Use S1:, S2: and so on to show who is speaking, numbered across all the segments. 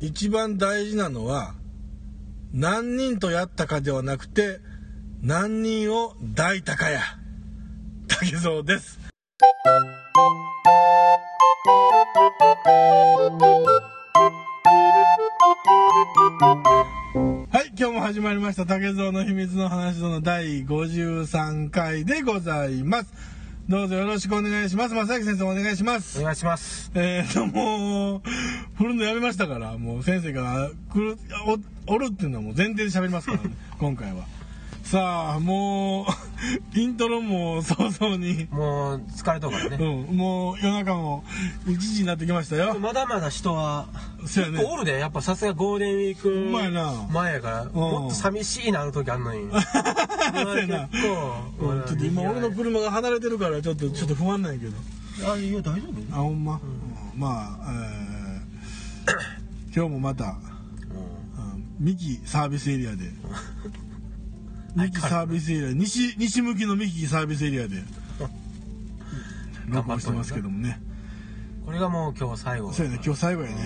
S1: 一番大事なのは何人とやったかではなくて何人を抱いたかや竹蔵ですはい今日も始まりました竹蔵の秘密の話の第53回でございますどうぞよろしくお願いします正木先生お願いします
S2: お願いします。
S1: えー、と、もう、振るのやめましたから、もう先生が来る、お、おるっていうのはもう前提で喋ります からね、今回は。さあ、もう、イントロも早々に、
S2: もう疲れとうから
S1: う
S2: ね。
S1: ん、もう夜中も1時になってきましたよ。
S2: まだまだ人は
S1: そうや
S2: 結構お
S1: ね。
S2: るで、やっぱさすがゴールデンウィーク
S1: まいな
S2: 前やから、もっと寂しいなある時あんの に。
S1: そうやな。
S2: 結構、
S1: うんちょっと今俺の車が離れてるからちょっとちょっと不安なんやけど
S2: あいや大丈夫
S1: あほんま、うんまあ、えー今日もまた、うんミキサービスエリ アでミキサービスエリア西西向きのミキサービスエリアで録音してますけどもね
S2: これがもう今日最後
S1: そうやね今日最後やね、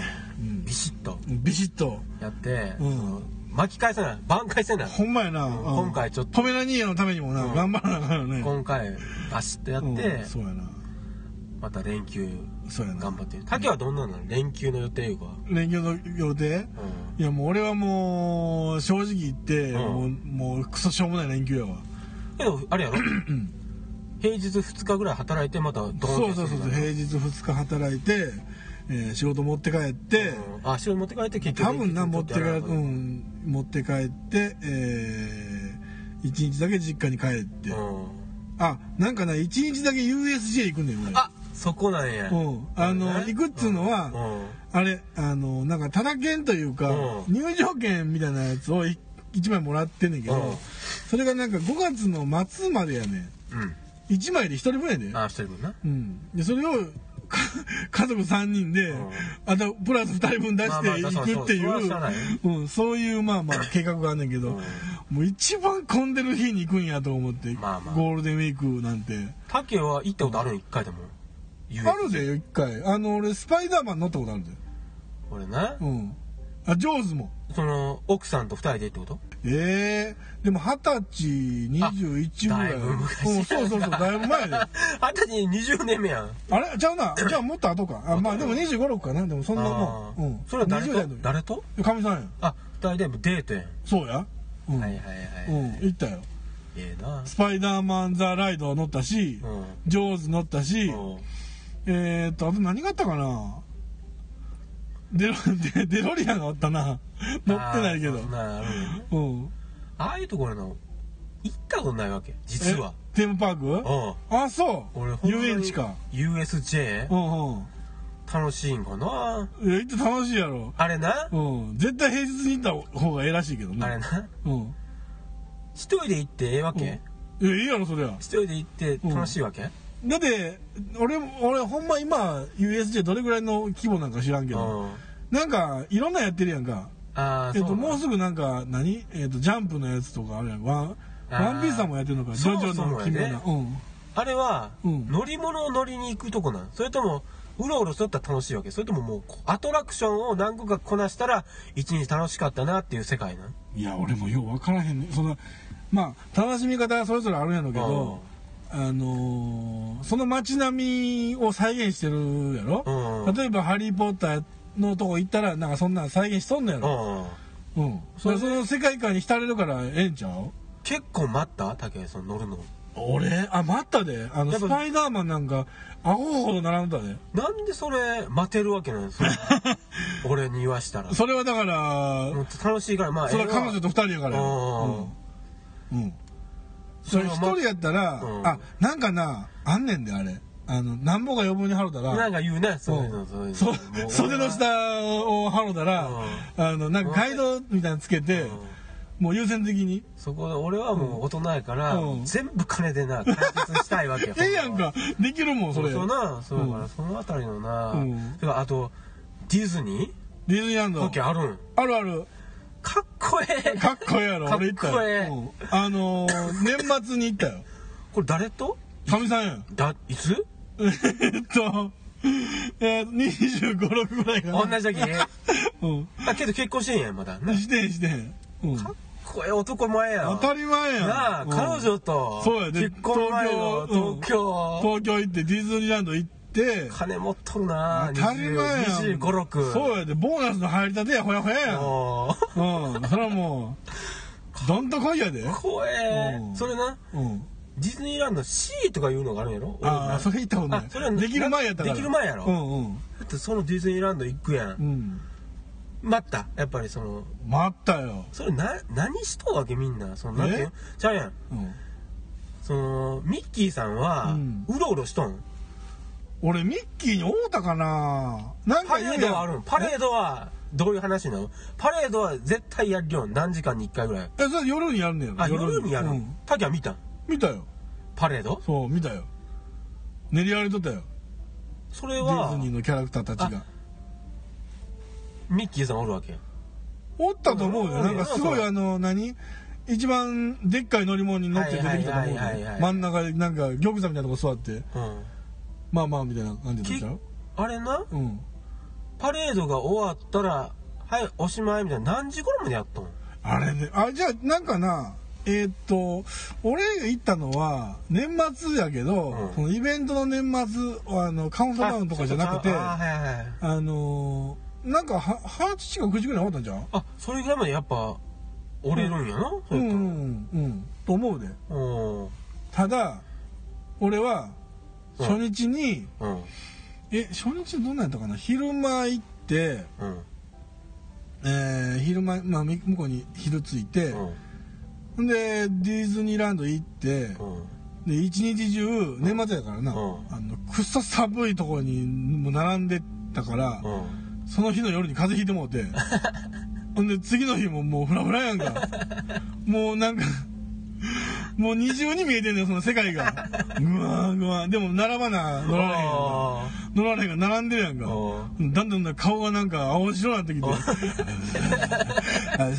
S1: うん
S2: ビシッと
S1: ビシッと
S2: やって、
S1: うん
S2: その巻き返さない挽回せない
S1: ほんまやな、うん
S2: 今回ちょっと
S1: ポメラニアのためにもな、
S2: うん
S1: 頑張らなあからね
S2: 今回バシッとやって、
S1: うんそうやな
S2: また連休
S1: そうやな
S2: 頑張って竹はどんなの連休の予定は、
S1: 連休の予定
S2: うん
S1: いやもう俺はもう正直言って、
S2: うん
S1: もうもうクソしょうもない連休やわ
S2: けどあれやろ平日2日ぐらい働いてまたドーンって
S1: そうそうそうそう
S2: 休
S1: 平
S2: んだ
S1: 日2日働いて、えー仕事持って帰って、
S2: のうんあ白持って帰って結局
S1: 多分な持って帰
S2: やら
S1: る、
S2: な
S1: う
S2: あかん
S1: ん、持って帰って、え1日だけ実家に帰って、
S2: うん
S1: あなんかな1日だけ USJ 行くんだよ俺
S2: あそこなんや
S1: うんあの行くっつうのはあれあのなんかタダ券というか、
S2: うん
S1: 入場券みたいなやつを1枚もらってんねんけど、
S2: うん
S1: それがなんか5月の末までやねん
S2: うん、うん
S1: 1枚で1人分やで、
S2: あ一人分な
S1: うん、でそれをか家族3人で、
S2: うん
S1: あとプラス2人分出してい
S2: まあま
S1: くっ
S2: あ
S1: てい
S2: そうそうそうはしゃあないう
S1: うんそういうまあまあ計画があんねんけど、
S2: うん
S1: もう一番混んでる日に行くんやと思って、
S2: まあまあ
S1: ゴールデンウィークなんて
S2: 竹は行ったことあるの1回でも
S1: あるで一回あの俺スパイダーマン乗ったことあるで
S2: 俺な、
S1: うんあジョーズも
S2: その奥さんと2人でって こと
S1: ええでも二十歳21ぐらい
S2: だいぶ昔
S1: うん、そうそうそうだいぶ前で
S2: あんたに20年目やん
S1: あれちゃうなじゃあもっと後かあまあでも2 5六6かなでもそんなも
S2: あ
S1: ん、
S2: ー
S1: うん、
S2: それは誰
S1: 20代の
S2: と
S1: 時
S2: 誰と
S1: かみさんやん
S2: あ二人でもデートやん、
S1: そうやうん、
S2: はいはいはい、
S1: う
S2: え
S1: ん、行ったよ
S2: えな
S1: スパイダーマン・ザ・ライドは乗ったし、
S2: うん
S1: ジョーズ乗ったし、
S2: うん
S1: えーっとあと何があったかなデロデデロリアンがあったな乗ってないけど
S2: あーそんなんあるよね
S1: うん
S2: ああいうところの行ったことないわけ実は
S1: えテーマパーク
S2: うん
S1: あそう
S2: 俺ほんまに
S1: 遊園地か
S2: USJ
S1: うんうん
S2: 楽しいんかない
S1: や行って楽しいやろ
S2: あれな
S1: うん絶対平日に行った方がええらしいけどね
S2: あれな
S1: うん
S2: 一人で行ってええわけ
S1: いやいいやろそりゃ
S2: 一人で行って楽しいわけ
S1: だって俺も俺ほんま今 USJ どれぐらいの規模なんか知らんけ
S2: う
S1: ど、
S2: ん
S1: なんかいろんなやってるやんか
S2: ああ
S1: えっ
S2: そう
S1: と
S2: な
S1: もうすぐなんか何えっとジャンプのやつとかあるやんワン
S2: あー
S1: ワンピースさんもやってるのかジ
S2: そ
S1: ョ
S2: う
S1: ジョ
S2: そう
S1: の
S2: やね
S1: 奇妙なうん
S2: あれは
S1: うん
S2: 乗り物を乗りに行くとこなんそれともうろうろしとったら楽しいわけそれとももうアトラクションを何個かこなしたら一日楽しかったなっていう世界なん
S1: いや俺もよう分からへんねそのまあ楽しみ方はそれぞれあるんやろうけどあのーその街並みを再現してるやろ
S2: うん
S1: 例えば「ハリー・ポッター」のとこ行ったらなんかそんなん再現しとんのや
S2: う
S1: ろ
S2: んうん
S1: うんそ
S2: それ
S1: その世界観に浸れるからええんちゃう
S2: 結構待った武井さん乗るの
S1: 俺あ待ったであの
S2: やっぱ
S1: スパイダーマンなんかアホほど並んだで
S2: なんでそれ待てるわけな んですか俺に言わしたら
S1: それはだから、
S2: もう楽しいからまあ
S1: それは
S2: ええわ
S1: 彼女と二人やからようん、うん、それ一人やったら、
S2: うん
S1: あなんかなあんねんであれあのなんぼが余分にハロだら
S2: なんか言うねそういう
S1: う
S2: の
S1: ん
S2: そういう
S1: そ
S2: のもう
S1: 袖の下をハロだら、
S2: うん
S1: あのなんかガイドみたいなのつけて、
S2: うん
S1: もう優先的に
S2: そこで俺はもう大人やから、
S1: うん
S2: 全部金でな解決したいわけよ
S1: ええやんかできるもんそ
S2: そ
S1: れ
S2: うそうなそうだから、
S1: うん
S2: そのあたりのな、
S1: うん
S2: てかあとディズニ
S1: ディズニーラン
S2: ー
S1: ド
S2: 時あるん
S1: あるある
S2: かっこええ
S1: かっこええやろ
S2: かっこえ
S1: 俺
S2: え
S1: 行ったよ、うんあのー年末に行ったよ
S2: これ誰と
S1: かみさんやん
S2: だいつ
S1: えっとえー、25、6ぐらいかな。
S2: 同じ時ね。
S1: うん。
S2: だけど結婚してんやん、まだ。な
S1: してへんしてへん。うん。
S2: これ男前やん。
S1: 当たり前やん。
S2: なあ、
S1: うん
S2: 彼女と、
S1: そうやね
S2: 結婚前の
S1: 東京
S2: 東京、
S1: 東京行って、ディズニーランド行って、
S2: 金持っとるな
S1: 当たり前やん。
S2: 25、6。
S1: そうやで、ボーナスの入りたてや、ほやほややん。う。
S2: も うん
S1: それはもう、どんとこいやで。
S2: 怖え
S1: うん
S2: それな、
S1: うん。
S2: ディズニーランド C とかいうのがあるんやろ
S1: ああ、それ行ったこと
S2: あそれは
S1: ない。できる前やったから。
S2: できる前やろ
S1: うんうん。
S2: だってそのディズニーランド行くや。
S1: うんん。
S2: 待った。やっぱりその、
S1: 待ったよ。
S2: それな、何しとうわけみんな。その、なんていうのちゃうやん。
S1: うん。
S2: その、ミッキーさんは
S1: う、ん
S2: うろうろしとん。
S1: 俺、ミッキーに会うたかななん
S2: パ
S1: か
S2: レ
S1: 言う
S2: ー
S1: ね
S2: ドはあるん。パレードは、どういう話なのパレードは絶対やるよ。何時間に1回ぐらい。
S1: え、それ夜にやるねやろ
S2: あ、夜にや
S1: う
S2: るの
S1: ん。
S2: タキは見たん
S1: 見たよ。
S2: パレード
S1: そう、見たよ。練り歩いとったよ。
S2: それ
S1: ディズ
S2: は
S1: ニー、のキャラクターたちが。
S2: ミッキーさんおるわけやん。
S1: おったと思う
S2: う
S1: よ。
S2: ん
S1: なんかすご
S2: そう
S1: い
S2: そう
S1: あの、何一番でっかい乗り物に乗って出てきたと思うよ
S2: はいはいはいはいはい
S1: 真ん中でなんか玉座みたいなとこ座って、
S2: うん。
S1: まあまあみたいな感じでしょ
S2: あれな、
S1: うん。
S2: パレードが終わったら、はい、おしまいみたいな、何時頃までやっとん
S1: あれね、あ、じゃあなんかな、えーっと、俺が行ったのは、年末やけど、
S2: うん
S1: そのイベントの年末、あの、カウントダウンとかじゃなくて、
S2: あ
S1: あ
S2: はいはいはい。
S1: のーなんかは、8時か9時ぐらいに終わったんじゃん
S2: あ、それぐらいまでやっぱ、折れるんやな、そううん
S1: う
S2: い
S1: んうん、うん。と思うで。
S2: うと。
S1: ただ、俺は、
S2: うん
S1: 初日に、
S2: うん。うん。
S1: え初日どんなんやったかな昼間行って、
S2: うん。
S1: えー昼間、まあ、み向こうに昼着いて、
S2: うん。
S1: ん、でディズニーランド行って、
S2: うん。
S1: で一日中年末やからな、
S2: うん
S1: あのくっそ寒いところにもう並んでたから、
S2: うん。
S1: その日の夜に風邪ひいてもうてほんで次の日ももうフラフラやんかもうなんかもう二重に見えてんねんその世界がぐわーぐわーでも並ばな乗られへんやんか
S2: あ
S1: 乗られへんから並んでるやんか
S2: あ
S1: だんだんな顔がなんか青白なってきて「あずず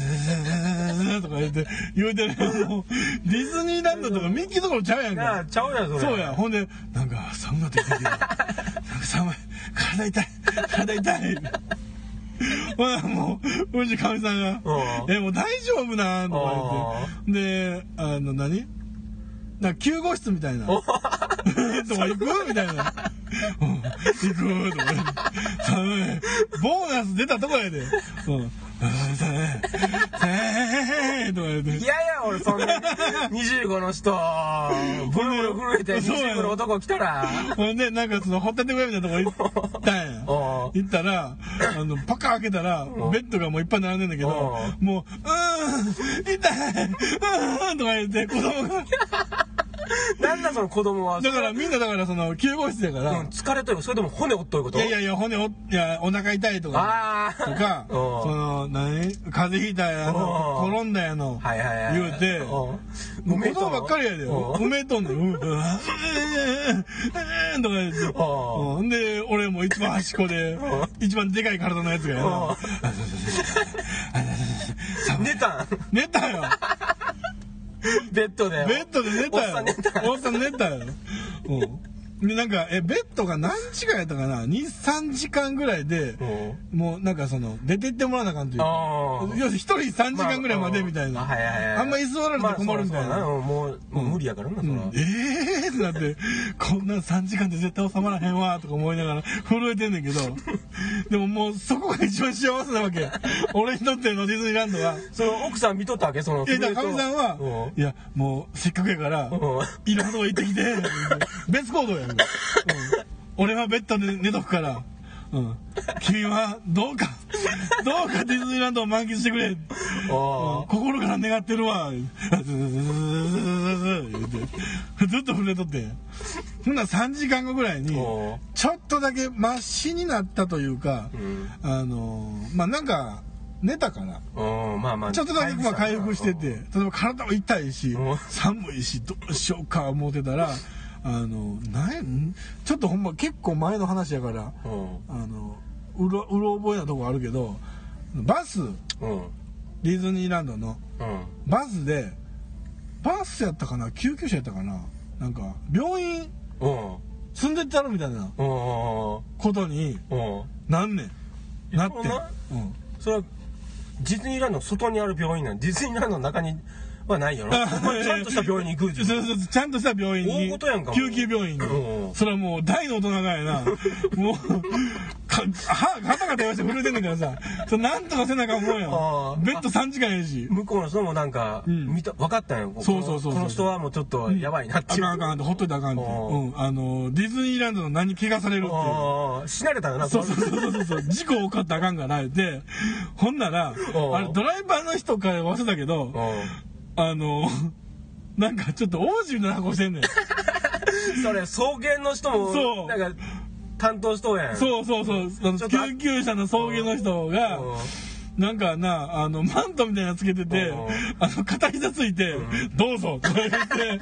S1: ずずとか言って言うてるやんもうディズニーランドとかミッキーとかもちゃうやん
S2: ーなあ、
S1: か
S2: ちゃうやん、それ。
S1: そうやほんでなんか寒なってきて るなんか寒い体痛い体痛いほなもううんじかみさんが
S2: う
S1: 「
S2: ん
S1: えもう大丈夫なん」とか言ってであの何なんか救護室みたい な。とか行くみたいな。うん行くとか。寒い。ボーナス出たとこやで。うん。寒い寒いとか言って
S2: い。やいや、俺、そんな、25の人、ブルブル震えて、
S1: そうや
S2: 25の男来たら、
S1: ほんで、なんかその、ほったて小屋みたいなとこ行ったんや。
S2: お
S1: 行ったら、あの、パカ開けたら、ベッドがもういっぱい並んでんだけど
S2: う、
S1: もう、うーん、痛い、うーん、とか言って、子供が。
S2: なんだその子供は。
S1: だからみんなだからその、救護室やか
S2: うん、
S1: ら、
S2: 疲れとる。それでも骨折っとること
S1: いやいやいや、骨お、いや、お腹痛いとか。
S2: ああ。
S1: とか、そ
S2: うん
S1: の、何風邪ひいたやの、
S2: うん
S1: 転んだやの、
S2: はいはいはい。
S1: 言うて
S2: ん
S1: もう言葉ばっかりやで。
S2: うん
S1: おめえとんねん。うん、うん、うん、うん、うんとか言って。
S2: うん
S1: うんで、俺も一番端っこで、一番でかい体のやつがやな。
S2: 寝たん
S1: 寝たよ。
S2: ベッドで。
S1: ベッドで寝たよ
S2: おっさん寝。
S1: おっさん寝たよ。うん。で、なんか、え、ベッドが何時間やったかな ?2、3時間ぐらいで、
S2: うん
S1: もうなんかその、出てってもらわなあかんというか。
S2: ああ。
S1: 要するに一人3時間ぐらいまでみたいな。
S2: まあはいはいはい。
S1: あんま居座られたら困るみたい
S2: まあ
S1: な。
S2: そうそうもう、もう無理やからな、それは。
S1: ええーってなって、こんなん3時間で絶対収まらへんわとか思いながら震えてんねんけど、でももうそこが一番幸せなわけ。俺にとってのディズニーランドは。
S2: その奥さん見とったわけその。
S1: いや、だからかみ
S2: 震え
S1: さん
S2: と
S1: は、いや、もうせっかくやから
S2: う、んうん
S1: いろんなとこ行 ってきて、別行動やん、うん俺はベッドで寝とくから、うん、君はど うか、どうかディズニーランドを満喫してくれ。
S2: あ
S1: 心から願ってるわ 言うてずっと震えとってほんなら3時間後ぐらいに
S2: おう
S1: ちょっとだけマシになったというか
S2: あ。うん。
S1: あのまあなんか寝たから
S2: うん、まあまあ。
S1: ちょっとだけまあ回復してて
S2: う
S1: 例えば体も痛いし
S2: うん
S1: 寒いしどうしようか思ってたらあのなんやんちょっとほんま結構前の話やから
S2: ん。
S1: あのうろうろ覚えなとこあるけどバス
S2: うん。
S1: ディズニーランドの。
S2: うん。
S1: バスでバスやったかな救急車やったかななんか病院
S2: うん。
S1: 住んでったるみたいな
S2: うん
S1: ことに
S2: うんうん
S1: なんねんなって
S2: いや
S1: ん、うん、
S2: それはディズニーランドの外にある病院なんディズニーランドの中にはな いやろちゃんとした病院に行くんじゃん
S1: そうそうそうちゃんとした病院に
S2: 大事やんか
S1: 救急病院に、
S2: うん
S1: それはもう大の大人がや なもうか歯ガタガタ言わして震えてんねんからさそれなんとかせなあかんもんやん
S2: あー
S1: ベッド3時間やるし
S2: 向こうの人もなんか、
S1: ん
S2: 見た分かったんよこ
S1: そうそうそうそう
S2: この人はもうちょっとやばいなって
S1: あ
S2: いう、
S1: かんあかんってほっといたらあかんって、
S2: あー
S1: うん、あのディズニーランドの何怪我されるっていう
S2: ああ死なれたよな
S1: そうそうそうそうそう事故起こったらあかんから言ってほんなら
S2: うん
S1: あれドライバーの人から忘れたけど
S2: う
S1: あのなんかちょっと王子みたいな格好してんねん
S2: んそれ送迎の人も
S1: そう
S2: なんか担当しとうやんう
S1: そうそうそうあの
S2: ちょっと
S1: 救急車の送迎の人がなんかなあのマントみたいなのつけてて
S2: うん
S1: あの片膝ついて「どうぞ」とか言って。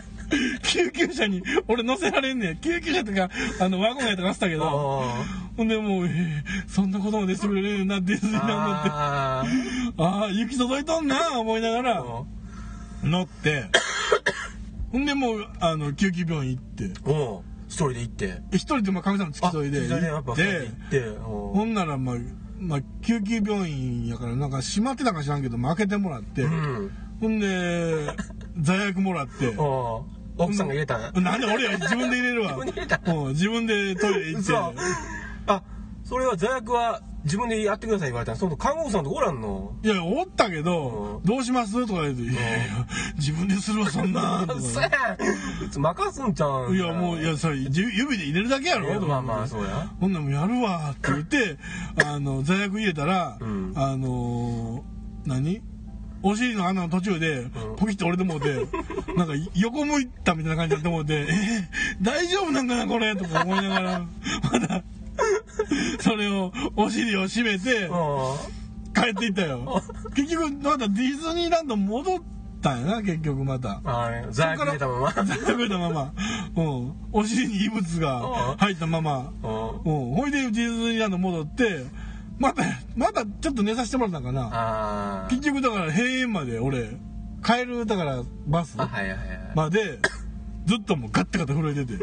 S1: 救急車に俺乗せられんねん救急車とかあのワゴンやとかしたけど
S2: あ
S1: ほんでもう、えーそんなことまでしてくれるんなディズニーランドって
S2: あ
S1: ああ雪届いとんな思いながら
S2: ー
S1: 乗ってほんでもうあの救急病院行って
S2: うんうん一人で行って
S1: 一人でまあかみさんの付き添いで
S2: あ一人やっ
S1: 行
S2: ぱ
S1: っ
S2: 二
S1: て
S2: 人で行ってうん
S1: ほんならまあ、まあ、救急病院やからなんか閉まってたか知らんけど、まあ開けてもらって、
S2: うん
S1: ほんで罪悪もらって
S2: うん奥さんが入れたん
S1: なんで俺や自分で入れるわ
S2: 自分で入れた
S1: うん自分でトイレ行って
S2: 嘘あそれは座薬は自分でやってください言われたんその看護婦さんのとこおらんの
S1: いやおったけど、
S2: うん
S1: どうしますとか言うて「いやいや自分でするわそんな」とか
S2: 嘘やんいつ任すんちゃうん
S1: いやもういやそれじ指で入れるだけやろとか
S2: まあまあそうや
S1: ほんならもうやるわって言って、あの、座薬入れたら、
S2: うん
S1: あのー何お尻の穴の途中で、ポキって折れてもうて、なんか横向いたみたいな感じになってもうて、えー大丈夫なんかなこれとか思いながら、まだ、それを、お尻を締めて、
S2: う
S1: 帰っていったよ。結局、またディズニーランド戻ったんやな、結局また
S2: ん。はい座薬入れたまま
S1: 座薬入れたまま、うん。お尻に異物が入ったまま、
S2: うん
S1: うん、ほいでディズニーランド戻ってまたまたちょっと寝させてもらったんかな
S2: あー
S1: 結局だから閉園まで俺帰るだからバス
S2: あはいはいはい
S1: までずっともうガッタガタ震えて て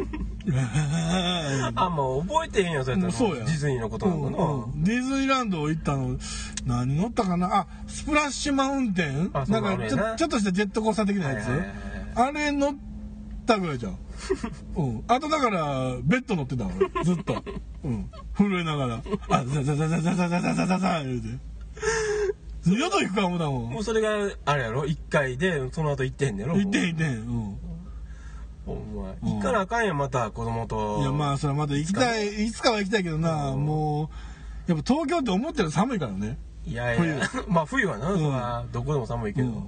S1: うん
S2: あもう覚えてへんよそれ
S1: もうそうや
S2: ディズニーのことなの
S1: う
S2: か
S1: んディズニーランド行ったの何乗ったかなあスプラッシュマウンテン
S2: あそ
S1: な
S2: うだ
S1: んかち
S2: あれ
S1: ょ
S2: ね
S1: ちょっとしたジェットコースター的なやつ、
S2: はいはいはい
S1: あれ乗ったぐらいじゃん、うん、あとだからベッド乗ってたの俺ずっと、うん、震えながら「あザザザザザザザザザザザ」言うて二度と行くか思うたも
S2: なも
S1: ん
S2: うそれがあれやろ1回でその後行ってへんねやろ
S1: 行ってへん行
S2: ん
S1: ってへん、うん
S2: お前
S1: ん
S2: 行かなあかんやんまた子供と
S1: いやまあそれはまだ行きたいいつかは行きたいけどなもうやっぱ東京って思ってる寒いからね
S2: いやいやまあ冬はな、
S1: ん
S2: そらどこでも寒いけど、
S1: うん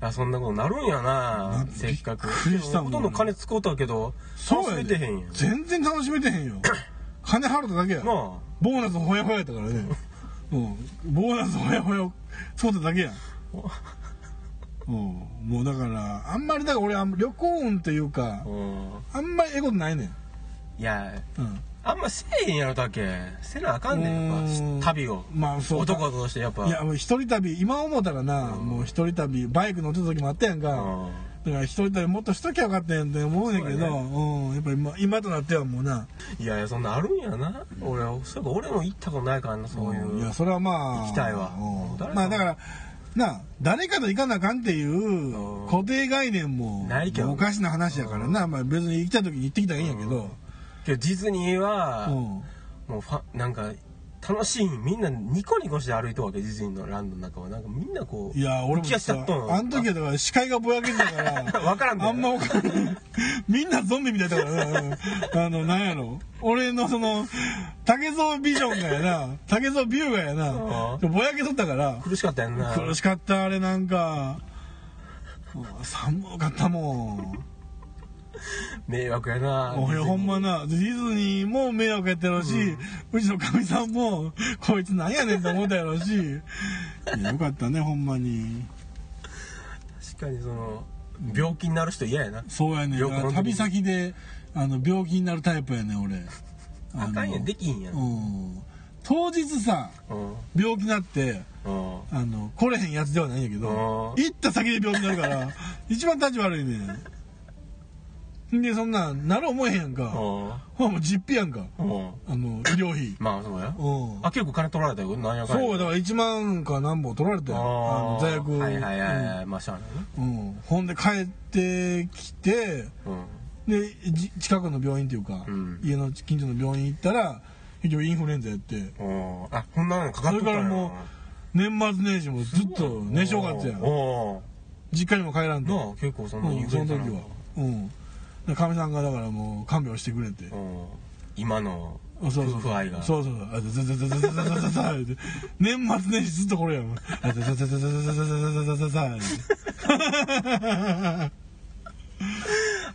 S2: あそんなことなるんやなせっかく
S1: びっくりしたもん
S2: ほとんど金使うたけど
S1: そうや
S2: 忘れてへんやん
S1: 全然楽しめてへんよ金払っただけや
S2: ま
S1: ボーナスほやほややったからねうんボーナスほやほやを使うただけやうんもうだからあんまりだから俺あんま旅行運というか
S2: あうん
S1: あんまりええことないねん
S2: いや
S1: うん
S2: あんませえへんやろだけせなあかんね
S1: うー
S2: ん
S1: ん
S2: やっぱ旅を
S1: まあそう
S2: 男としてやっぱ
S1: いやもう一人旅今思うたらな、もう一人旅バイク乗ってた時もあったやんか、
S2: うん
S1: だから一人旅もっとしときゃよかったやんって思うねんけど
S2: そうや
S1: うん、やっぱ今今となってはもうない
S2: やいやそんなんあるんやな俺そういえば俺も行ったことないからなそういう
S1: いやそれはまあ
S2: 行きたいわ
S1: うん
S2: 誰か
S1: まあだからなあ誰かと行かなあかんっていう
S2: うん
S1: 固定概念も
S2: ないけど
S1: おかしな話やからな、まあ、別に行きたい時に行ってきたらいいんやけど、
S2: けどディズニーは、
S1: うん
S2: もうファなんか楽しいみんなニコニコして歩いとるわけディズニーのランドの中はなんかみんなこう
S1: いや俺も
S2: 浮き足
S1: さ
S2: 立っとん
S1: あの時はだから視界がぼやけてたから
S2: わからんで
S1: あんま分からんみんなゾンビみたいだからなうんあのなんやろ俺のその竹蔵ビジョンがやな竹蔵ビューがやな
S2: うん
S1: ぼやけとったから
S2: 苦しかったやんな
S1: 苦しかったあれなんかうん寒かったもん
S2: 迷惑やな
S1: 俺ほんまなディズニーも迷惑やってるし、うちのかみさんもこいつなんやねんと思ったやろし いやよかったねほんまに
S2: 確かにその病気になる人嫌やな
S1: そうやねん
S2: よ
S1: だ
S2: く
S1: から旅先であの病気になるタイプやねん俺
S2: あかんやんできひんやん
S1: う
S2: うん
S1: ん当日さ
S2: うん
S1: 病気になってあの来れへんやつではないんやけど
S2: あ
S1: 行った先で病気になるから一番立ち悪いねんんでそんなんなる思えへんやんか、ほらもう実費やんか
S2: うんうん
S1: あの医療費
S2: まあそうや
S1: うん
S2: あ結構金取られたよなんやかんや
S1: そうだから1万か何本取られたよあの
S2: あー
S1: 罪悪
S2: はいはいはいはいまあしゃあないね
S1: うんうんほんで帰ってきて
S2: うん
S1: でじ近くの病院っていうか、
S2: うん
S1: 家の近所の病院行ったら結局インフルエンザやって
S2: うんあこんなのかかっとったんや
S1: それからも年末年始もずっと寝正月やん
S2: お
S1: 実家にも帰らん
S2: ーな
S1: と、
S2: あ結構そ
S1: うん
S2: なインフ
S1: そ
S2: ルエ
S1: の
S2: ン
S1: 時は
S2: ザなんか
S1: うんでかみさんがだからもう看病してくれて、
S2: うん今の
S1: あそうそう
S2: 夫婦愛が
S1: そうそうそうあザザザザザザザザザ言うて 年末年始ずっとこれやもん あザザザザザザザザザザザザ言うて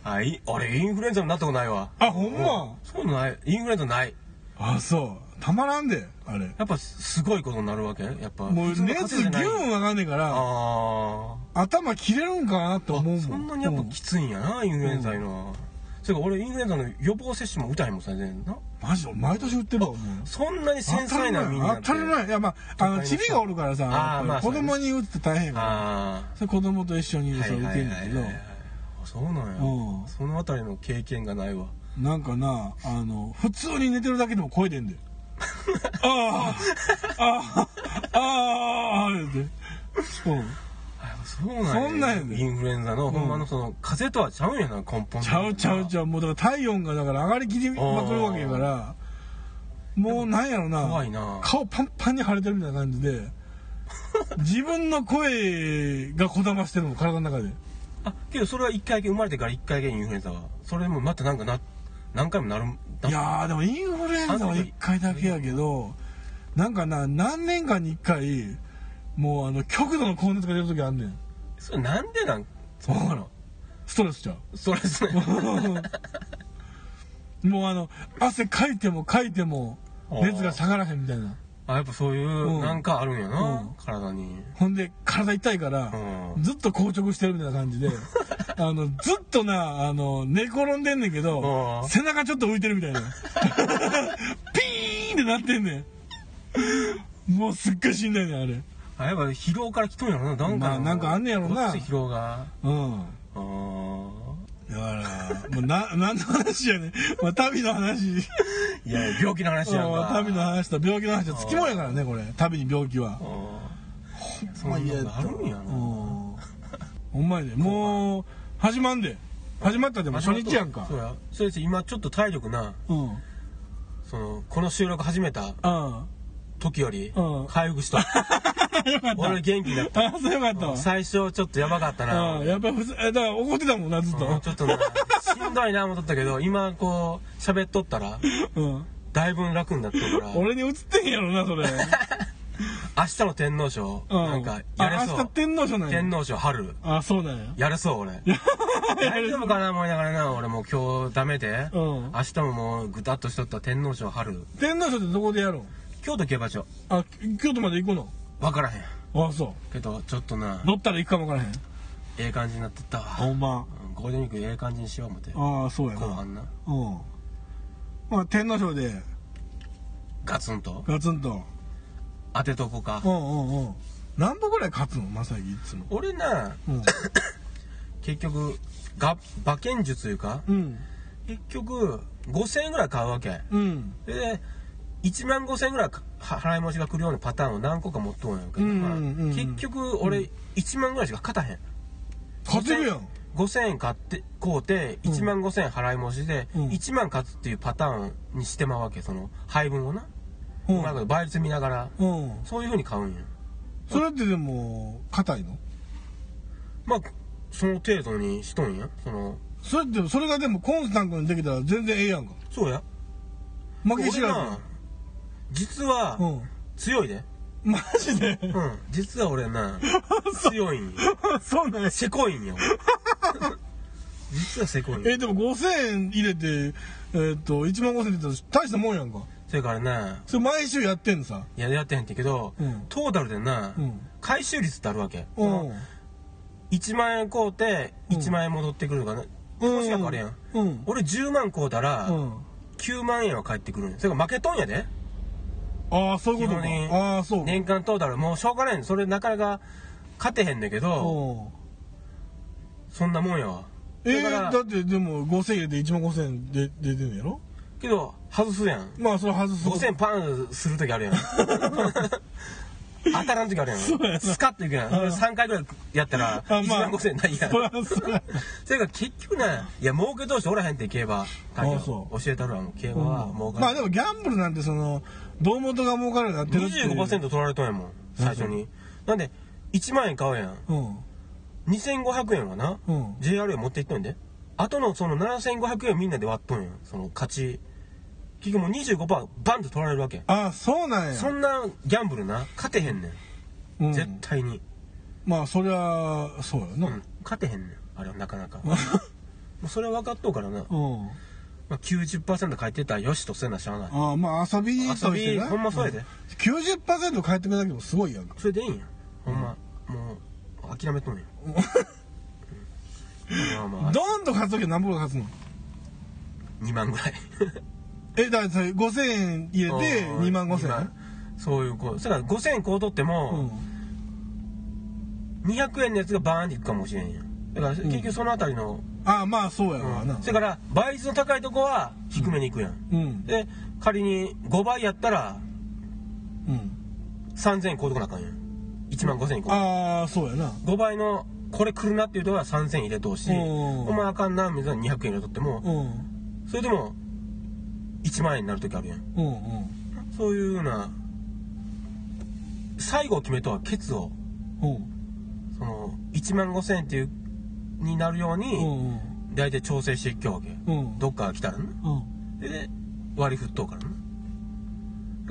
S2: あい俺インフルエンザになったことないわ
S1: あほんま
S2: うそういうのないインフルエンザない
S1: あそうたまらんであれ
S2: やっぱすごいことになるわけやっぱ
S1: もう
S2: 普通の
S1: 熱
S2: 風邪
S1: ギ
S2: じ
S1: ュ
S2: ゃな
S1: ー
S2: い
S1: ン上がんねえから
S2: あ
S1: 頭切れるんかなって
S2: あ
S1: 思うもん
S2: そんなにやっぱきついんやなインフルエンザいうのはそれから俺インフルエンザの予防接種も打たへんもんさ全然な
S1: うんマジで俺毎年売ってるわもう
S2: そんなに繊細なみんな
S1: 当たり前いやまああの
S2: 都会の
S1: チ
S2: 人
S1: ビがおるからさ
S2: あ
S1: やっ
S2: ー
S1: ぱり
S2: まあ
S1: 子供に打って大変やから
S2: あ
S1: それ子供と一緒に
S2: あ
S1: そう打てんだけど
S2: そうなんや
S1: うん
S2: そのあたりの経験がないわ
S1: なんかなあの普通に寝てるだけでも声出んでああああああ言うてうん
S2: あそうなん
S1: そんなんやで
S2: インフルエンザのほんまのその風邪とはちゃうんやな根本
S1: ちゃうちゃうち
S2: ゃう
S1: ゃうもうだから体温がだから上がりきりまくるわけやからもうなんやろな
S2: 怖いな
S1: 顔パンパンに腫れてるみたいな感じ で自分の声がこだましてるの体の中で
S2: あけどそれは一回だけ生まれてから一回だけインフルエンザはそれでもまたなんかな何回もなる
S1: いやーでもインフルエンザは1回だけやけどなんかな何年間に1回もうあの極度の高熱が出る時あんねん
S2: それなんでなんそう
S1: わか
S2: な
S1: らん
S2: の
S1: ストレス ちゃう
S2: それですね
S1: もうあの汗かいてもかいても熱が下がらへんみたいな
S2: あやっぱそうい
S1: ん
S2: うなんかあるんやな、
S1: うん
S2: 体に
S1: ほんで体痛いから、
S2: うん
S1: ずっと硬直してるみたいな感 じであのずっとなあの寝転んでんねんけど、
S2: うん
S1: 背中ちょっと浮いてるみたい なピーンってなってんねんもうすっごいしんどいねんあれ
S2: あやっぱ疲労からきとんやろななんか、
S1: まあなんかあんねやろな
S2: ごっつい疲労が
S1: うん
S2: あー
S1: だからもうな何の話やねん、まあ、旅の話
S2: いや病気の話やん
S1: うん
S2: か
S1: 旅の話と病気の話はつきもんやからねこれ旅に病気は
S2: うんそん
S1: ま
S2: な
S1: あ
S2: のがあ
S1: と
S2: るんや
S1: う
S2: なん
S1: ほんまやでもう始まんで始まったでも初日やんか
S2: そうやそうです今ちょっと体力な
S1: うんうん
S2: そのこの収録始めた
S1: あ
S2: 時より
S1: うん
S2: 回復した
S1: よかった
S2: 俺元気になった
S1: あそうよかったわ
S2: 最初ちょっとやばかったな
S1: うんやっぱり普通えだから怒ってたもんなずっ
S2: う
S1: と
S2: んちょっとなしんどいな思っとったけど今こう喋っとったら
S1: うん
S2: だいぶ楽になってるから
S1: 俺に映ってんやろなそれ
S2: 明日の天皇賞
S1: うん
S2: なんかやれ
S1: あ明
S2: そ
S1: 日
S2: う
S1: 天皇賞なんや
S2: 天皇賞春
S1: あそうなん や
S2: やれそう俺大丈夫かな思いながらな俺もう今日ダメで
S1: うん
S2: 明日ももうぐたっとしとった天皇賞春
S1: 天皇賞ってどこでやろう
S2: 京都競馬場
S1: あき京都まで行くの
S2: 分からへん
S1: あそ
S2: けどちょっとな
S1: う乗ったら行くかもわからへん
S2: ええ感じになってったわ
S1: んま
S2: うんゴールデンウィークええ感じにしよう思って後
S1: ああそうやな
S2: 半な
S1: うんまあ天皇賞で
S2: ガツンと
S1: ガツンと
S2: 当てとこうか
S1: うんうんうん何本ぐらい勝つのまさきいつも
S2: 俺な
S1: うん
S2: 結局が馬券術というか
S1: うん
S2: 結局5000円ぐらい買うわけ
S1: うん
S2: で1万5000円ぐらいかは払い戻しが来るようなパターンを何個か持っとんやんけど、
S1: うんうんうん
S2: まあ結局俺1万ぐらいしか勝たへん
S1: 勝てるやん
S2: 5000円買って買うて1万5000円払い戻しで
S1: うん
S2: 1万勝つっていうパターンにしてまうわけその配分をな、
S1: う
S2: うまいこと倍率見ながら
S1: んうん
S2: そういうふうに買うんや
S1: それってでも硬いの
S2: まあその程度にしとんやその
S1: それってそれがでもコンスタントにできたら全然ええやんか
S2: そうや
S1: 負け
S2: 俺
S1: 知ら
S2: な実は
S1: ずやんうん
S2: 強いで
S1: マジで
S2: うん実は俺な強いんよ
S1: そうなんや
S2: せこいんよ実はせこいんよ
S1: えでも5000円入れてえーっと1万5000円入れたら大したもんやんか
S2: それからな
S1: それ毎週やってんのさ
S2: いややってへんってんけど、
S1: うん
S2: トータルでな、
S1: うん
S2: 回収率ってあるわけ、
S1: う
S2: そ
S1: ん
S2: の1万円買うて
S1: うん
S2: 1万円戻ってくるとかね、
S1: うん
S2: 投資額あるやん
S1: うん
S2: 俺10万買うたら
S1: うん
S2: 9万円は返ってくるんやそれから負けとんやで
S1: ああそういうことか
S2: 基本的に
S1: ああそうか
S2: 年間トータルもうしょうがないんそれなかなか勝てへんねんけど
S1: お
S2: そんなもんやわ
S1: え
S2: だか
S1: ー、
S2: ら
S1: だってでも5000円で1万5000円で出てんのやろ
S2: けど外すやん
S1: まあそれ外す
S2: 5000パンする時あるや ん当たらん時あるやん
S1: うやな
S2: スカッといくやんそれ3回ぐらいやったら
S1: あ
S2: 1万5000ないやん
S1: そりゃそうや
S2: それから結局ねいや儲け投資おらへんって競馬大将
S1: あそう
S2: 教えたるわもう競馬は儲か
S1: まあ
S2: る、
S1: でもギャンブルなんてその胴元が儲かるようになってるっていう
S2: 25%取られたんやもん最初になんで1万円買うやん
S1: うん
S2: 2500円はな、
S1: うん
S2: JRA 持っていっとんであとのその7500円をみんなで割っとんやんその勝ち結局もう25%バンと取られるわけ
S1: あそうなんや
S2: そんなギャンブルな勝てへんねん、
S1: うん
S2: 絶対に、
S1: まあそりゃそうや
S2: う
S1: な、
S2: ん、勝てへんねんあれはなかなか もうそれは分かっとうからな、
S1: うん、
S2: まあ、90%書いてたらよしとせなしゃあない
S1: ああまあ遊びとして
S2: 遊び
S1: な
S2: ほんまそうやで
S1: 90%返ってくれたけどすごいやんか
S2: それでいいんやほんま、もう諦めとんやうんまあまあ
S1: どんと勝つときは何本勝つの
S2: 2万ぐらい
S1: えだからそれ5000円入れて
S2: うん
S1: 2万5000円
S2: 二そういうこうそれから5000円こう取って
S1: うん
S2: も、200円のやつがバーンっていくかもしれんやんだから結局そのあたりの、
S1: ああまあそうや
S2: うん
S1: わな
S2: それから倍率の高いとこは低めにいくやん、
S1: うん
S2: で仮に5倍やったら
S1: うん
S2: 3000円こうとかなあかんやん1万5000円こう
S1: ああそうやな
S2: 5倍のこれ来るなっていうとこは3000円入れとうし
S1: うん
S2: お前あかんなみたいな200円入れとっても、
S1: うん
S2: それでも1万円になる時あるやん
S1: うんうん
S2: そういうような最後を決めとはケツを
S1: うん
S2: その1万5000円っていうになるよう
S1: う
S2: に
S1: ん
S2: 大体調整していきわけ、
S1: うん
S2: どっから来たらな
S1: うん
S2: で割り振っとうからなだか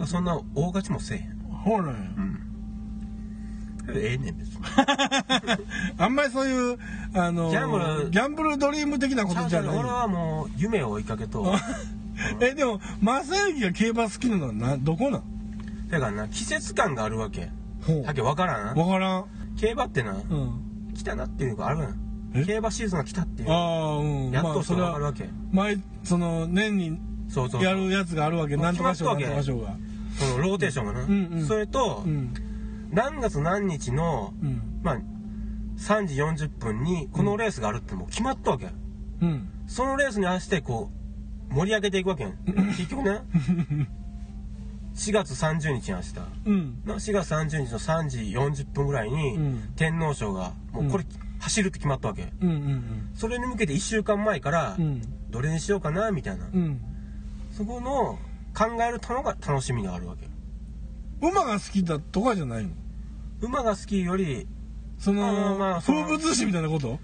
S2: らそんな大勝ちもせえへん
S1: ほらや
S2: ええね ん別に
S1: あんまりそういうあの
S2: ギャンブル
S1: ギャンブルドリーム的なことじゃない
S2: 俺はもう夢を追いか けと
S1: えでも正行が競馬好きなのはなどこなん
S2: だからな季節感があるわけ
S1: ほう
S2: だけど分からん
S1: 分からん
S2: 競馬ってな
S1: うん
S2: 来たなっていうのがあるやん
S1: え
S2: 競馬シーズンが来たっていう
S1: ああうん
S2: やっ
S1: ま
S2: と
S1: あそ
S2: それ
S1: れ
S2: 分かる
S1: は
S2: わけ
S1: 毎その年に
S2: そうそうそう
S1: やるやつがあるわけ
S2: もう
S1: なんとか賞なん
S2: 決
S1: と
S2: ま
S1: か
S2: っと
S1: 賞が
S2: そのローテーションがな、
S1: んうん
S2: それと、
S1: うん
S2: 何月何日の、
S1: うん
S2: まあ、3時40分にこのレースがあるってもう決まったわけ、
S1: うん
S2: そのレースに合わせてこう盛り上げていく わけやん結局ね4月30日に合わせた
S1: うん
S2: な4月30日の3時40分ぐらいに、
S1: うん
S2: 天皇賞がもうこれ、走るって決まったわけ
S1: うんうん
S2: それに向けて1週間前から、
S1: うん
S2: どれにしようかなみたいな、
S1: うん
S2: そこの考えるたのが楽しみがあるわけ
S1: 馬が好きだとかじゃないの
S2: 馬が好きより
S1: そ
S2: あ
S1: の
S2: ーまあその
S1: 風物詩みたいなこと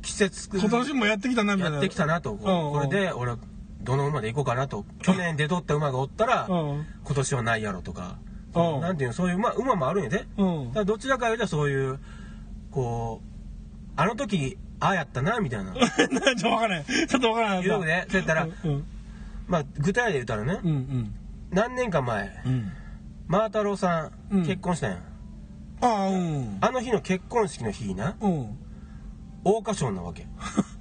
S2: 季節
S1: 今年もやってきたなみたい
S2: や
S1: な
S2: ってきたなとこ
S1: うんうん
S2: れで俺どの馬で行こうかなと去年出とった馬がおったら
S1: うん
S2: 今年はないやろとか
S1: うん
S2: なんていうのそういう馬馬もあるんやでだか
S1: うん
S2: らどちらかいうとそういうこうあの時ああやったなみたいな
S1: なんちょっと分からないちょっと分からない
S2: 言うわけでそうやったら
S1: うん
S2: まあ具体で言ったらね
S1: うんうん
S2: 何年か前
S1: うん
S2: 真太郎さ
S1: うんん
S2: 結婚したんや
S1: ああうん
S2: あの日の結婚式の日な
S1: うん
S2: 桜花賞 なわけ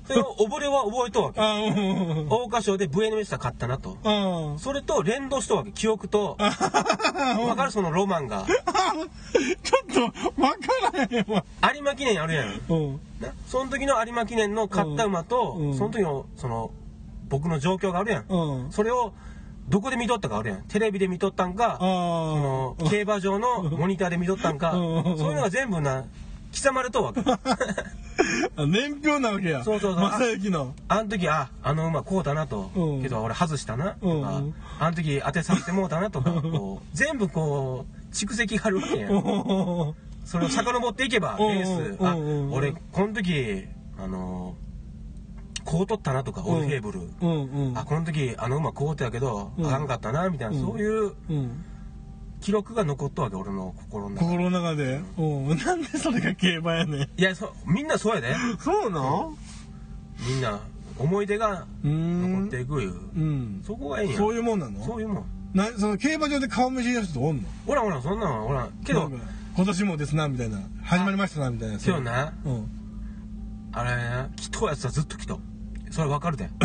S2: それを溺れは覚えとうわけ
S1: あうんうんうん
S2: 桜花賞でブエノミスタ買ったなと
S1: あ
S2: それと連動しとうわけ記 憶とわかるそのロマンが
S1: ちょっと分からへんわ
S2: 有馬記念あるやん
S1: うん
S2: なその時の有馬記念の買った馬と、
S1: うんうん
S2: その時のその僕の状況があるやん、
S1: うん
S2: それをどこで見とったかあるやんテレビで見とったんか、
S1: あ
S2: その競馬場のモニターで見とったんか、
S1: うん
S2: そういうのが全部な刻まれとうわけ
S1: あ年表なわけや
S2: そうそうそう
S1: 正行の
S2: あの時ああの馬こうだなと、
S1: うん
S2: けど俺外したなとか、
S1: うん
S2: あの時当てさせてもうたなとか、こう全部こう蓄積があるわけやん
S1: おー
S2: それを遡っていけば
S1: うん
S2: レースあ
S1: うんうん
S2: 俺この時あのこう取ったなとかオルフェーブル
S1: うんうん
S2: あこの時あの馬こうってやけど
S1: うん
S2: あかんかったなみたいなそういう
S1: うん
S2: 記録が残ったわけ俺の心の中
S1: 心の中でうんなんでそれが競馬やねん
S2: いやそみんなそうやで
S1: そうなん
S2: みんな思い出が
S1: うー
S2: 残っ
S1: ん
S2: ていくいう
S1: うん
S2: そこがええんや
S1: そういうもんな
S2: そ
S1: の
S2: ういうもん
S1: なその競馬場で顔見知りの人とおんの
S2: おらんおらんそんなんはおらんけ
S1: な
S2: ど
S1: んか今年もですなみたいな始まりましたなみたいな
S2: けどな
S1: うん
S2: あれな来とうやつはずっと来とうそれわかるで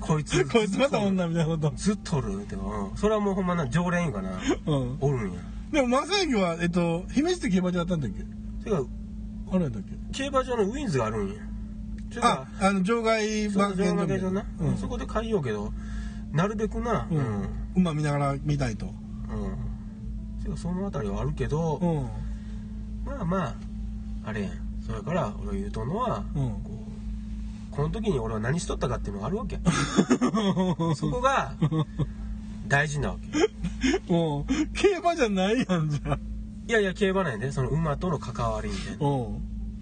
S2: こいつ
S1: こいつまた女みたいなこ
S2: ずっとおるってうんそれはもうほんまな常連やかな
S1: とうん
S2: おるんや
S1: でも正行はえっと姫路って競馬場だったんだっけ
S2: てか
S1: あれやったっけ
S2: 競馬場のウィンズがあるんやちょっと
S1: ああの場外
S2: そう
S1: 馬
S2: 場
S1: 券
S2: 外
S1: の
S2: で
S1: み
S2: な、
S1: うん
S2: そこで買いようけどなるべくな
S1: う
S2: う、
S1: んん
S2: うん
S1: 馬見ながら見たいと
S2: てかその辺りはあるけど、
S1: うんうん
S2: まあまああれやんそれから俺が言うとんのは、
S1: うん
S2: こうこの時に俺は何しとったかっていうのがある わけやそこが大事なわけ
S1: 競馬じゃないやんじゃ
S2: いやいや競馬なんやでその馬との関わりみたいな
S1: お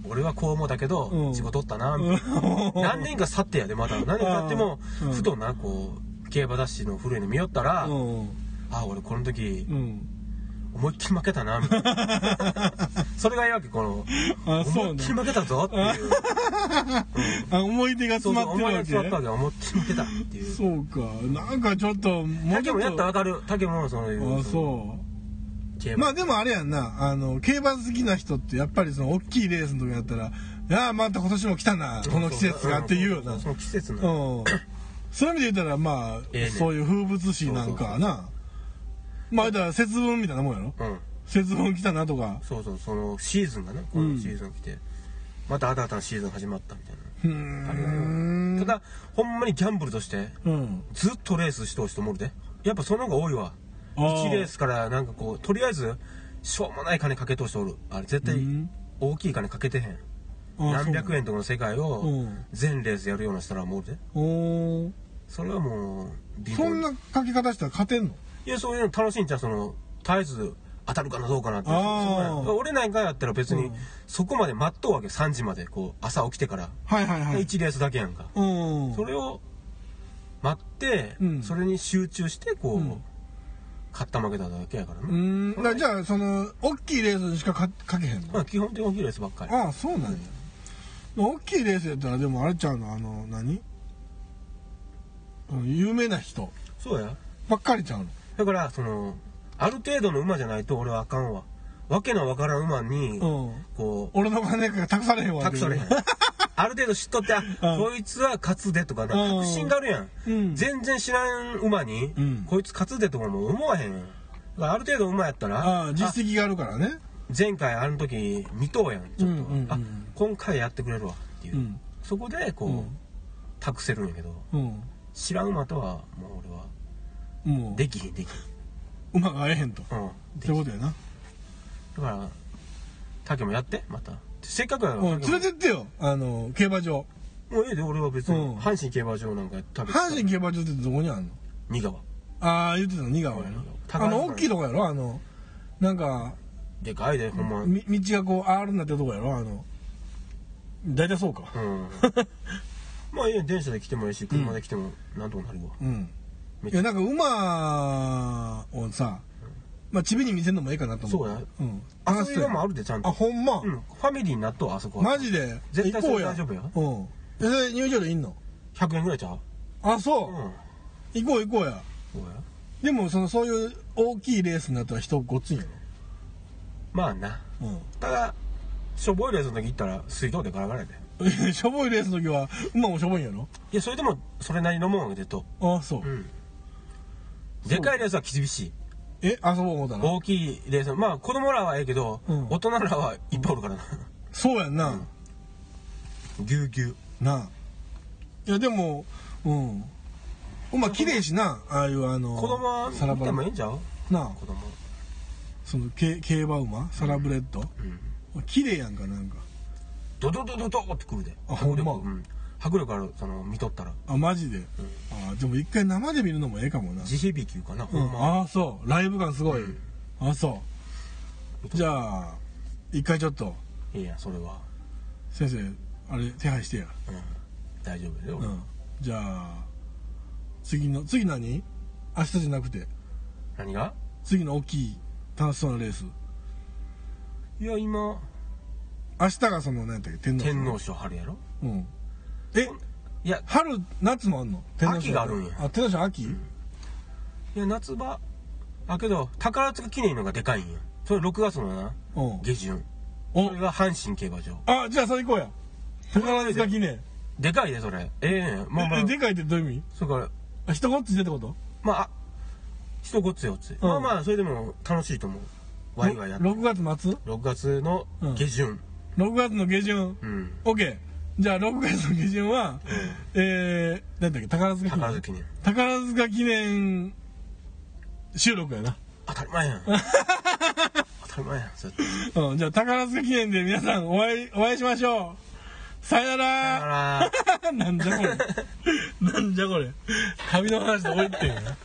S1: う
S2: 俺はこう思うだけ
S1: う
S2: ど
S1: ん
S2: 事故取ったなみたいな何年か去ってやでまだ何年か経っても
S1: うん
S2: ふとなこう競馬雑誌の古いの見よったら、
S1: うん
S2: あ俺この時
S1: うん
S2: 思いっきり負けたなみたいな それがいいわけこの
S1: あ
S2: 思
S1: そ
S2: いうっ
S1: ね
S2: きり負けたぞっていう
S1: あ思い出が
S2: そ
S1: 詰
S2: うそう
S1: まって
S2: 思
S1: る
S2: いが
S1: わ
S2: 詰まったわ
S1: け
S2: け思いっきり負けたっていう
S1: そうかなんかちょっともうち
S2: 竹
S1: ょ
S2: も
S1: っ
S2: やったら
S1: と
S2: わかる竹もそういう
S1: あ
S2: う
S1: そ
S2: 競
S1: う
S2: 馬、
S1: まあでもあれやんなあの競馬好きな人ってやっぱりその大きいレースの時やったら「ああまた今年も来たなこの季節が」っていうよな
S2: そその季節の、
S1: うんそういう意味で言ったらまあ、
S2: ええね
S1: そういう風物詩なんかはなまあ言ったら節分みたいなもんやろ
S2: うん、
S1: 節分来たなとか
S2: そうそうそのシーズンがねこのシーズン来て、また新たなシーズン始まったみたいな
S1: うーん
S2: ただほんまにギャンブルとして
S1: うん
S2: ずっとレースしとう人もおるでやっぱその方が多いわ
S1: あー
S2: 1レースからなんかこうとりあえずしょうもない金かけとう人おるあれ絶対
S1: うん
S2: 大きい金かけてへん
S1: あ
S2: 何百円とかの世界を
S1: うん
S2: 全レースやるような人らもおるで
S1: そうおー
S2: それはもう貧乏
S1: そんなかけ方したら勝てんの
S2: いやそういうの楽しいんじゃうその絶えず当たるかなどうかなって
S1: あー
S2: そうなんや俺なんかやったら別
S1: う
S2: に
S1: ん
S2: そこまで待っとうわけ3時までこう朝起きてから
S1: はいはいはい
S2: 1レースだけやんか
S1: うん
S2: それを待って、
S1: うん
S2: それに集中してこう、
S1: うん
S2: 勝った負けただけやからな、
S1: うんだからじゃあその大きいレースにしかかかけへんの
S2: まあ、基本的に大きいレースばっかり
S1: ああそうなんや大きいレースやったらでもあれちゃうのあの何うん有名な人
S2: そうや
S1: ばっかりちゃうの
S2: だからそのある程度の馬じゃないと俺はあかんわわけのわからん馬に、
S1: うん
S2: こ
S1: 俺の金が託されへん
S2: う
S1: わ
S2: 託されへん ある程度知っとってあ、こいつは勝つでとかね
S1: うん
S2: 確信があるやん、
S1: うん
S2: 全然知らん馬に、
S1: うん
S2: こいつ勝つでとかも思わへんやんだからある程度馬やったら
S1: ああ実績があるからね
S2: 前回あの時見とうやんちょっと、
S1: うんうんうん
S2: あ今回やってくれるわっていう、
S1: うん
S2: そこでこう、
S1: うん
S2: 託せるんやけど
S1: うん
S2: 知らん馬とはもう俺は
S1: も
S2: できひんでき
S1: う馬が合えへんとっ
S2: ひん、うん、で
S1: て
S2: きひん
S1: ことやな
S2: だから竹もやってまたせっかくやから
S1: うん
S2: 竹
S1: 連れてってよあの競馬場
S2: ももうええで俺は別に、
S1: うん
S2: 阪神競馬場なんか食べて
S1: 阪神競馬場ってどこにあんの
S2: 新川
S1: ああ言ってたの似顔や
S2: 高
S1: ないあの大きいとこやろあのなんか
S2: でかいでほんま、うん
S1: み道がこう R になってるとこやろあの大体そうか
S2: まあええやん電車で来てもええし車で来てもなんとかなるわ、
S1: うん
S2: めっ
S1: い
S2: ちゃ
S1: やなんか馬をさまあチビに見せんのもいいかなと思う
S2: そうや
S1: うん
S2: あそういうのも
S1: あ
S2: あるでちゃん
S1: あ
S2: と、
S1: ほんま
S2: うん、ファミリーになっとうあそこは
S1: マジで
S2: 絶
S1: 行
S2: 対
S1: こ
S2: そうれ
S1: や
S2: 大丈夫や
S1: うんえそれ入場料いんの
S2: 100円ぐらいちゃう
S1: あそう、
S2: うん
S1: 行こう行こうや
S2: そうや
S1: でもそのそういう大きいレースになったら人ごっついんや
S2: まあな
S1: ろ
S2: ただしょぼいレースの時行ったら水道でガラガラやで
S1: うんしょぼいレースの時は馬もしょぼいんやろ
S2: いやそれでもそれなりのもんあげと
S1: あそう、
S2: うんでかいレースは厳しい
S1: え遊ぼう思ったら
S2: 大きいレースまあ子供らはええけど、
S1: うん
S2: 大人らはいっぱいおるからな
S1: そうやんな、
S2: ぎゅうぎゅう
S1: なあいやでもうん馬綺麗しなああいうあの
S2: 子供は
S1: サラ
S2: 見
S1: ブ
S2: て
S1: レ
S2: もええんちゃう
S1: なあ
S2: 子供
S1: そのけ競馬馬サラブレッド、
S2: うん
S1: 綺麗やんかなんか
S2: ドドドドドってくるで
S1: あほんま
S2: 迫力うん、迫力あるその見とったら
S1: あマジで、あでも一回生で見るのもええかもな、
S2: 地響きいうかな
S1: う
S2: ほん
S1: ん、
S2: ま、
S1: ああそうライブ感すごい、
S2: うん
S1: あそうじゃあ一回ちょっと
S2: ええやんそれは、
S1: 先生あれ手配してや
S2: うん、大丈夫だ
S1: う
S2: よ、俺
S1: んじゃあ次の次何明日じゃなくて
S2: 何が
S1: 次の大きい楽しそうなレース
S2: いや今
S1: 明日がその何やったっけ天皇賞
S2: 天皇賞春やろ
S1: うんえ
S2: いや
S1: 春夏もあんの天
S2: 秋があるんや
S1: あ天皇賞秋、
S2: いや夏場あけど宝塚記念のがでかいんやそれ6月のな
S1: うん
S2: 下旬
S1: お
S2: それが阪神競馬場
S1: あじゃあそれ行こうや宝塚記念
S2: でかいでそれええねんまあまあ
S1: えでかいってどういう意味
S2: それから
S1: あ人ごっついでってこと
S2: まああ人ごっつよっつい、まあまあそれでも楽しいと思うワイワイやって
S1: 6月末
S2: 6月の下旬
S1: 6月の下旬
S2: うん、
S1: オッケーじゃあ6月の下旬は、えー、なんだっけ宝塚記念
S2: 宝塚記念
S1: 宝塚記念収録やな、
S2: 当たり前 やん当たり前やんそうやって
S1: うん、じゃあ宝塚記念で皆さんお会いお会いしましょうさよな
S2: だからら
S1: なんじゃこ れなんじゃこれ旅の話で終わりってんやな